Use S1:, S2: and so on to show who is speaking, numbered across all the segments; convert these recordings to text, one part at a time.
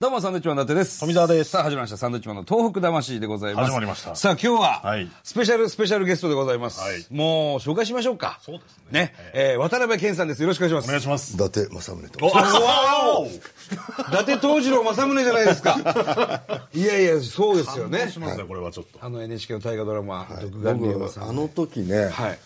S1: どうも、サンドウィッチマン伊達です。
S2: 富澤です
S1: さあ、始まりました。サンドウィッチマンの東北魂でございます。
S2: 始まりました
S1: さあ、今日は、
S2: はい
S1: スペシャル、スペシャルゲストでございます。
S2: はい
S1: もう、紹介しましょうか。
S2: そうですね
S1: ね。えー渡辺健さんです。よろしくお願いし
S2: お願
S1: ま
S2: いします
S3: 伊。達政宗と
S2: おお
S1: す。伊達東次郎正宗じゃないですか。いやいや、そうですよね
S2: し。ますね、これはちょっと。
S1: あの NHK の大河ドラマ、独眼竜王
S3: 僕
S1: さん。
S3: あの時ね、
S1: はい。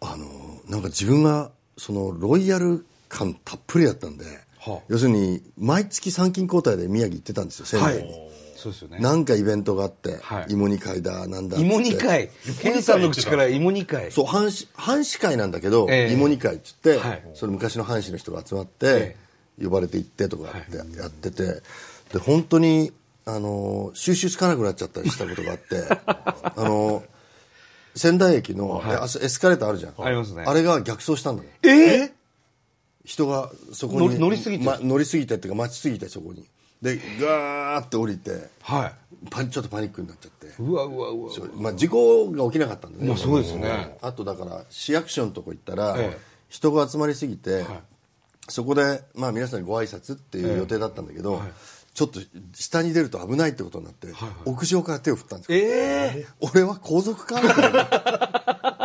S3: あのなんか自分がそのロイヤル感たっぷりやったんで、
S1: はあ
S3: 要するに毎月参勤交代で宮城行ってたんですよ仙
S1: は
S3: 台
S1: い
S3: に、。
S1: そうですよね。
S3: なんかイベントがあって、
S1: はい
S3: 芋煮会だなんだっつって
S1: 芋煮会。健さんの口から芋煮会。
S3: そう藩士藩士会なんだけど、
S1: ええ
S3: 芋煮会っつって、
S1: はい
S3: その昔の藩士の人が集まって、
S1: え
S3: 呼ばれて行ってとかってやってて、で本当にあの収集つかなくなっちゃったりしたことがあって あの仙台駅の、えあそエスカレーターあるじゃん
S1: ありますね
S3: れが逆走したんだよ
S1: えー
S3: 人がそこ
S1: 乗
S3: に
S1: 乗りすぎて
S3: ま乗りすぎてっていうか待ちすぎてそこにでガーって降りて
S1: はい。
S3: パンちょっとパニックになっちゃって
S1: うわうわうわ。
S3: まあ、事故が起きなかったんでね、
S1: まあそうですよね
S3: あとだから市役所のとこ行ったら、
S1: ええ
S3: 人が集まりすぎて、そこで、まあ、皆さんにご挨拶っていう予定だったんだけど、ちょっと下に出ると危ないってことになって、屋上から手を振ったんですよ、
S1: ええ
S3: 俺は皇族か みたいな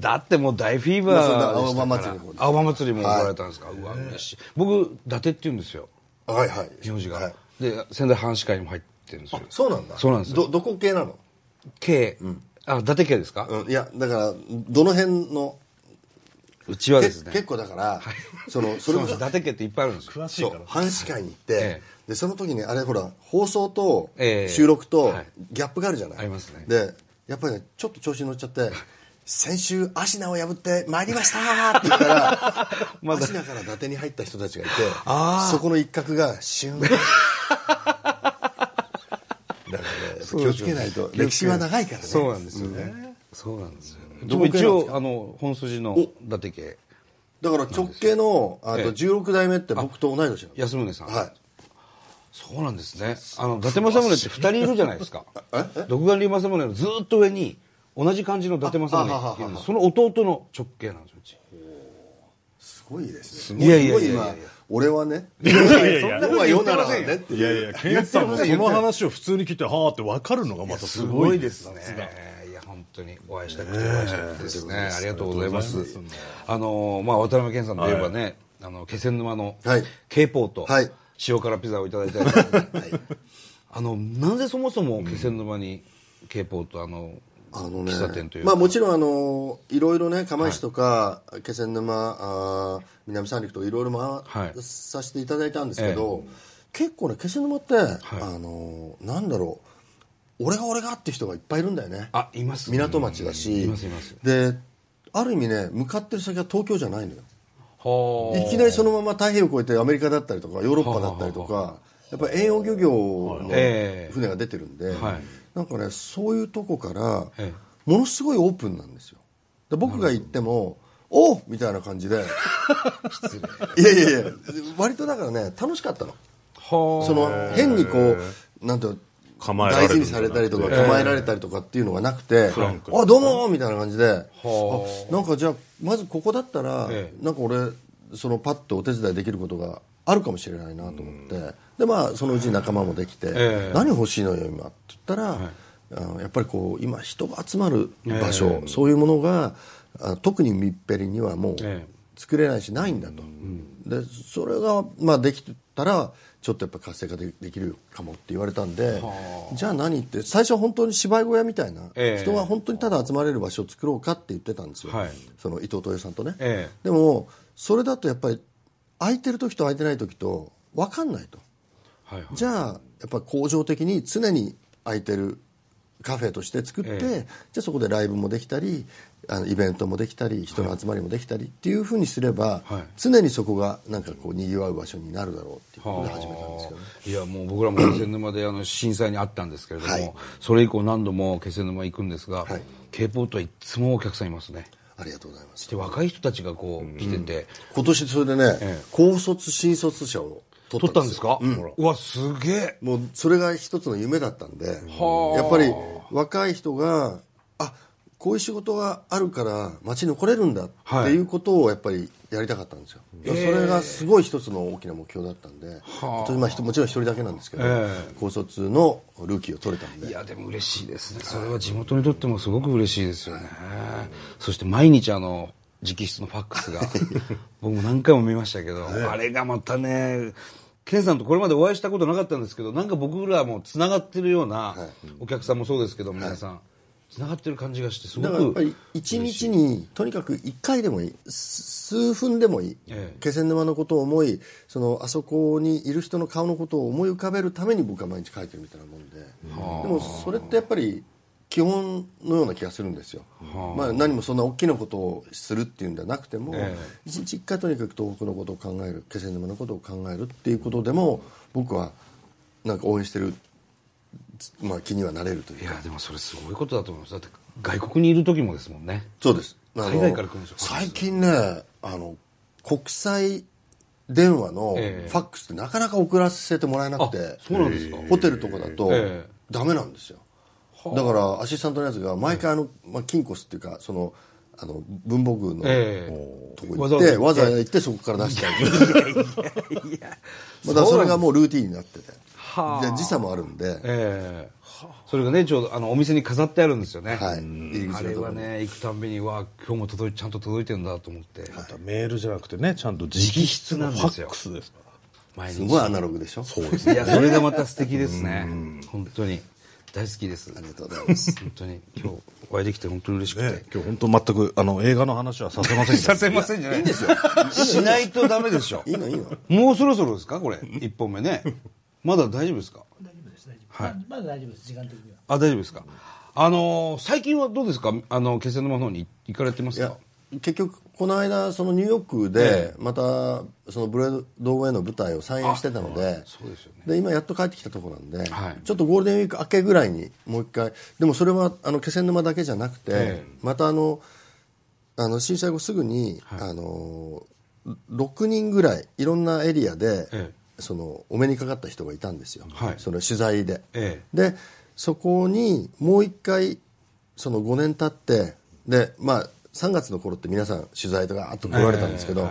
S1: だってもう大フィー
S3: まあそんな
S1: バーで
S3: 青
S1: した
S3: 葉
S1: か
S3: 祭
S1: ら
S3: りの方です
S1: 青葉祭りも来られたんですか、うわ嬉しい僕伊達って言うんですよ
S3: はいはい
S1: 名字が、
S3: はい
S1: で仙台藩士会にも入ってるんですよ
S3: そうなんだ
S1: そうなんですよ
S3: どどこ系なの、
S1: K、あ伊達系ですか、う
S3: うん、いやだからどの辺の
S1: ちは
S3: け
S1: ですね
S3: 結構だから、その
S1: そ
S3: それ
S1: うなんで
S3: こ
S1: す
S3: そ
S1: 伊達家っていっぱいあるんですよ
S2: 詳しい
S3: そ
S2: から
S3: う。半市会に行って、
S1: ええ
S3: でその時にあれほら放送と
S1: ええ
S3: 収録と
S1: はい
S3: ギャップがあるじゃない、
S1: ありますね
S3: でやっぱりねちょっと調子に乗っち ゃって先週芦名を破って参りましたって言ったら
S1: まだ
S3: 芦名から伊達に入った人たちがいて
S1: あー
S3: そこの一角がシュ ンだからね気をつけないと歴史は長いからね
S1: そうなんですよね、そうなんですよねで
S3: ど
S1: も
S3: こ系なんです
S1: 一
S3: か
S1: 応あの本筋の伊達家
S3: だから直系のあ
S1: ええ
S3: と16代目って僕と同い年なの
S1: 安宗さん、
S3: はい
S1: そうなんですねあの伊達政宗って2人いるじゃないですか独眼竜政宗のずーっと上に同じ漢字の伊達政宗っているんですその弟の直系なんですようち
S3: すごいです
S1: い
S3: ね
S1: やいやいや
S3: すご今俺 はね
S2: いやい
S3: 僕は世ならばねっ
S2: いやいや、ケンさんもその話を普通に聞いて、はあって分かるのがまたすごいです。
S1: ね。いや本当にお会いしたくてお会いしたくてですね。ありがとうございます。あのまあ渡辺謙さんといえばね、あの気仙沼の
S3: はい
S1: ケーポーと
S3: はい
S1: 塩辛ピザをいただいたり、あのなぜそもそも気仙沼にケーポーとあの
S3: あのね
S1: 喫茶店という
S3: まあ、
S1: か
S3: もちろんあのいろいろね釜石とか、気仙沼あー南三陸とかいろいろ
S1: はい
S3: 回させていただいたんですけど、結構ね気仙沼って、あのなんだろう俺が俺がって人がいっぱいいるんだよね
S1: あいます
S3: 港町だし
S1: いますいます。
S3: である意味ね向かってる先は東京じゃないのよ
S1: はい
S3: きなりそのまま太平洋を越えてアメリカだったりとかヨーロッパだったりとかやっぱり遠洋漁業の
S1: ええ
S3: 船が出てるんで、
S1: はい
S3: なんかねそういうとこから
S1: え
S3: ものすごいオープンなんですよで僕が行っても「おうみたいな感 じでいやいやいや割とだからね楽しかったの
S1: はあ。
S3: その変にこうなんていうの
S2: 構えられる
S3: 大事
S2: ん
S3: に
S2: じゃ
S3: さ
S2: な
S3: れ
S2: くて
S3: たりとか構えられたりとかっていうのがなくて「あどうも!」みたいな感じで
S1: は
S3: あなんかじゃあまずここだったら、
S1: え
S3: なんか俺そのパッとお手伝いできることがあるかもしれないなと思って、でまあそのうち仲間もできて「
S1: ええ
S3: 何欲しいのよ今」って言ったら、あのやっぱりこう今人が集まる場所、そういうものがあ特にミッペリにはもう
S1: ええ
S3: 作れないしないんだと、でそれが、まあ、できたらちょっとやっぱ活性化でできるかもって言われたんでじゃあ何って最初は本当に芝居小屋みたいな、
S1: ええ
S3: 人が本当にただ集まれる場所を作ろうかって言ってたんですよ、
S1: はい
S3: その伊藤豊さんとね、
S1: ええ
S3: でもそれだとやっぱり空いてる時と空いてない時と分かんないと
S1: はいはい
S3: じゃあやっぱ恒常的に常に空いてるカフェとして作って、
S1: え
S3: じゃあそこでライブもできたりあのイベントもできたり人の集まりもできたりっていうふうにすれば、
S1: はい
S3: 常にそこがなんかこうにぎわう場所になるだろうっていうことで始めたんですけどね、
S1: いやもう僕らも気仙沼であの震災にあったんですけれども、
S3: はい
S1: それ以降何度も気仙沼行くんですが、
S3: はい
S1: K ポートはいつもお客さんいますね
S3: ありがとうございます
S1: で若い人たちがこう来てて、
S3: 今年それでね、
S1: ええ
S3: 高卒新卒者を取
S1: 撮っ
S3: っ
S1: た
S3: たん
S1: んで
S3: で
S1: すす
S3: よ
S1: か、うわすげえ
S3: もうそれが一つの夢だったんでや
S1: はあ
S3: っぱり若い人があこういう仕事があるから街に来れるんだっていうことをやっぱりやりたかったんですよ、それがすごい一つの大きな目標だったんで、まあ、ひともちろん一人だけなんですけど、高卒のルーキーを取れたん
S1: い
S3: で
S1: やでも嬉しいですねそれは地元にとってもすごく嬉しいですよね、そして毎日あの直筆のファック スが僕も何回も見ましたけど、あれがまたね健さんとこれまでお会いしたことなかったんですけどなんか僕らもつながってるような、お客さんもそうですけど皆さんつながってる感じがしてすご
S3: だからやっぱ
S1: く
S3: り一日にとにかく1回でもいいす数分でもいい、
S1: ええ
S3: 気仙沼のことを思いそのあそこにいる人の顔のことを思い浮かべるために僕は毎日書いてるみたいなもんで、でもそれってやっぱり基本のような気がするんですよ、まあ、何もそんな大きなことをするっていうんじゃなくても、一日一回とにかく東北のことを考える気仙沼のことを考えるっていうことでも僕はなんか応援してる、まあ、気にはなれるとい
S1: い
S3: うか
S1: やでもそれすごいことだと思いますだって外国にいる時もですもんね
S3: そうです。あの
S1: 海外から来るんですよ
S3: 最近ね、あの、国際電話のフ
S1: ええ
S3: ァックスってなかなか送らせてもらえなく
S1: あ
S3: て、
S1: そうなんですか
S3: ホテルとかだと
S1: ええ
S3: ダメなんですよ。だからアシスタントのやつが毎回あの、まあ、キンコスっていうか、その、あの、文房具の、
S1: え
S3: とこ行っ
S1: わざわざ
S3: て、わざわざ行ってそこから出し てあげる。まあだからそれがもうルーティンになってて。
S1: はあ
S3: で時差もあるんで、
S1: ええそれがねちょうどあのお店に飾ってあるんですよね、
S3: はい入り
S1: あ
S3: 口の
S1: れ
S3: ところ
S1: はね行くたんびにわあ今日も届いちゃんと届いてんだと思って、
S2: メールじゃなくてね、ちゃんと直
S1: 筆のファック
S2: スですか
S1: 毎
S3: す
S1: 日
S3: ごいアナログでしょそうです
S1: いやそれがまた素敵ですね本当に大好きですありがとうございます本当に今日お会いできて本当に嬉しくて、
S2: ね、今日本当全くあの映画の話はさせませんけど
S1: させませんじゃないいいんですよしないとダメでしょ
S3: いいのいいの
S1: もうそろそろですかこれ1本目ねまだ大丈夫ですか
S4: 大丈夫です大丈夫、
S1: はい
S4: まだ大丈夫です時間的には
S1: あ大丈夫ですかあのー最近はどうですかあの気仙沼の方に行かれてま
S3: い
S1: す
S3: や
S1: か
S3: 結局この間そのニューヨークでまたそのブレードウェイの舞台を再演してたので
S1: そうですよね
S3: で今やっと帰ってきたところなんで、
S1: はい
S3: ちょっとゴールデンウィーク明けぐらいにもう一回でもそれはあの気仙沼だけじゃなくて、
S1: ええ
S3: またあのあの震災後すぐに、あの6人ぐらいいろんなエリアで、
S1: ええ
S3: そのお目にかかった人がいたんですよ、
S1: はい
S3: その取材で、
S1: え
S3: でそこにもう一回その5年経ってで、まあ、3月の頃って皆さん取材とかあっと来られたんですけど、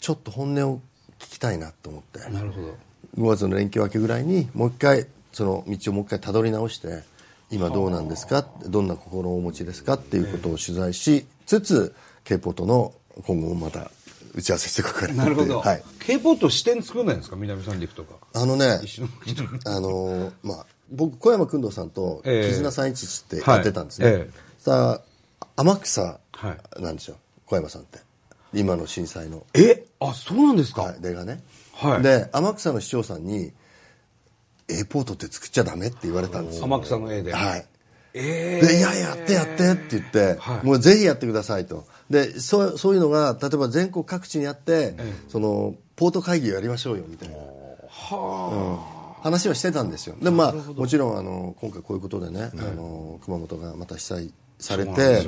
S3: ちょっと本音を聞きたいなと思って
S1: なるほど
S3: 5月の連休明けぐらいにもう一回その道をもう一回たどり直して今どうなんですかどんな心をお持ちですかっていうことを取材しつつ k p o との今後もまた打ち合わせしていこうかな
S1: なるほ
S3: っていう
S1: ど、
S3: はい、
S1: K ポート支店作んないんですか南三陸とか
S3: あのね
S1: 石巻とか
S3: あのーまあ、僕小山君堂さんと「
S1: ええ
S3: 絆311」ってやってたんですね、
S1: はいええ
S3: さあ天草
S1: は
S3: なんですよ、小山さんって今の震災の、
S1: えあそうなんですか、
S3: はい、出がね、
S1: はい
S3: で天草の市長さんに「A ポートって作っちゃダメ」って言われたんですよ
S1: 天草の A で、
S3: はい
S1: ええ
S3: でいややってやってって言って、
S1: はい
S3: もうぜひやってくださいとでそうそういうのが例えば全国各地にあって、そのポート会議をやりましょうよみたいな、うん話はしてたんですよでまあもちろんあの今回こういうことでね、あの熊本がまた被災されて、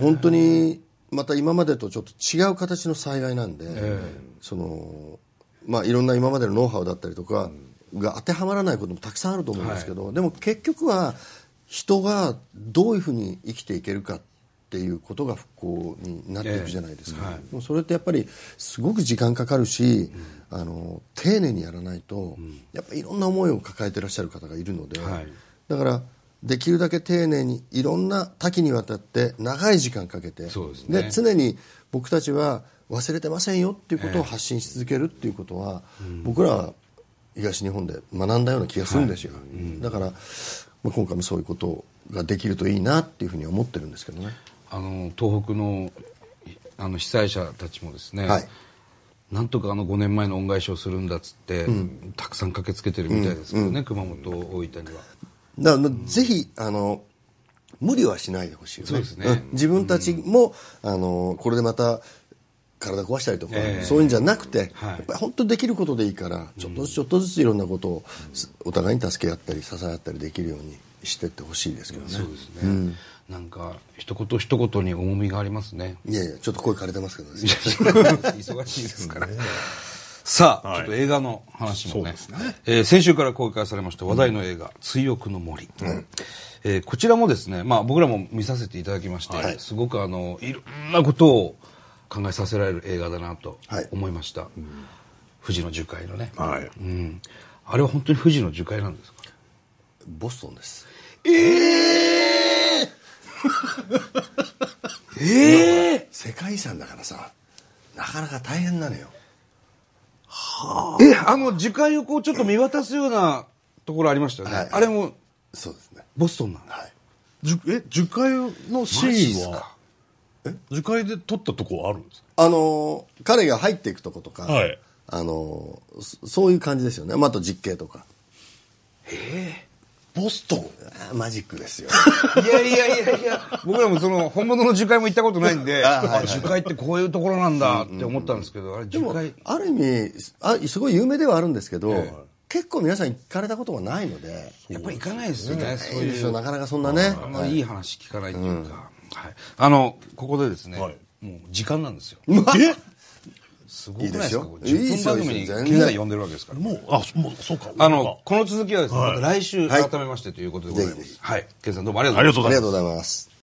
S3: 本当にまた今までとちょっと違う形の災害なんで、そのまあいろんな今までのノウハウだったりとかが当てはまらないこともたくさんあると思うんですけど、でも結局は人がどういうふうに生きていけるかっていうことが復興になっていくじゃないですか、でもそれってやっぱりすごく時間かかるし、あの丁寧にやらないと、やっぱりいろんな思いを抱えてらっしゃる方がいるので、
S1: はい
S3: だからできるだけ丁寧にいろんな多岐にわたって長い時間かけて
S1: そうですね
S3: 常に僕たちは忘れてませんよっていうことを発信し続けるっていうことは、僕らは東日本で学んだような気がするんですよ、だから、まあ、今回もそういうことができるといいなっていうふうには思ってるんですけどね
S1: あの東北のあの被災者たちもですね、
S3: はい
S1: なんとかあの5年前の恩返しをするんだっつって、たくさん駆けつけてるみたいですけどね、熊本大分には
S3: だから、ぜひあの無理はしないでほしいよね
S1: そうですね
S3: ん自分たちも、あのこれでまた体壊したりとか、
S1: ええ
S3: そういうんじゃなくて、
S1: はい
S3: やっぱり本当できることでいいからちょっとずつちょっとずついろんなことをすお互いに助け合ったり支え合ったりできるようにしてってほしいですけどね、
S1: そうですね、なんか一言一言に重みがありますね
S3: いやいやちょっと声枯れてますけどね
S1: 忙しいですからさあ、
S2: はい
S1: ちょっと映画の話もね
S2: そう
S1: えー先週から公開されました話題の映画「追憶の森」えーこちらもですね、まあ、僕らも見させていただきまして、すごくあのいろんなことを考えさせられる映画だなと
S3: はい
S1: 思いました、富士の樹海のね、
S2: はい。
S1: うん、あれは本当に富士の樹海なんですか
S3: ボストンです
S1: ええええ
S3: 世界遺産だからさなかなか大変なのよ
S1: えあの樹海をこうちょっと見渡すようなところありましたよね、
S3: はい
S1: あれも
S3: そうですね
S1: ボストンなんだ
S3: はい
S2: じゅえ、樹海のシ
S1: マジっ
S2: ー
S1: す
S2: ンは
S1: か、
S2: 樹海で撮ったとこあるんです
S3: あのー彼が入っていくとことか、
S2: はい
S3: あのーそそういう感じですよね、まあ、あと実刑とか
S2: ボストン
S3: あーマジッ クですよ
S1: いやいやいやいや僕らもその本物の樹海も行ったことないんで
S3: あはいはい
S1: あ樹海ってこういうところなんだって思ったんですけどあれ樹
S3: でも
S1: 海
S3: ある意味あすごい有名ではあるんですけど、結構皆さん行かれたことがないので
S1: やっぱり行かないですよねそう
S3: いいで
S1: い
S3: す
S1: う
S3: よなかなかそんなね
S1: あんまりいい話聞かないというか、はい、あのここでですね、
S2: はい
S1: もう時間なんですよ
S3: え
S1: すごくない
S3: いい
S1: で
S3: ですす
S1: か
S3: よ
S1: これ
S3: いいで
S1: 10分
S3: すよ
S1: 番組に
S3: 全然
S1: 現在呼んでるわけですから
S2: もう、あ、そもうそうか。
S1: あの、この続きはですね、
S2: はい
S1: また来週
S3: はい
S1: 改めましてということでございま
S3: ぜひぜ
S1: す。はい。ケンさんどうもありがとうございました
S2: ありがとう
S3: あ
S2: ご
S3: り
S2: ざいます
S3: がとうございます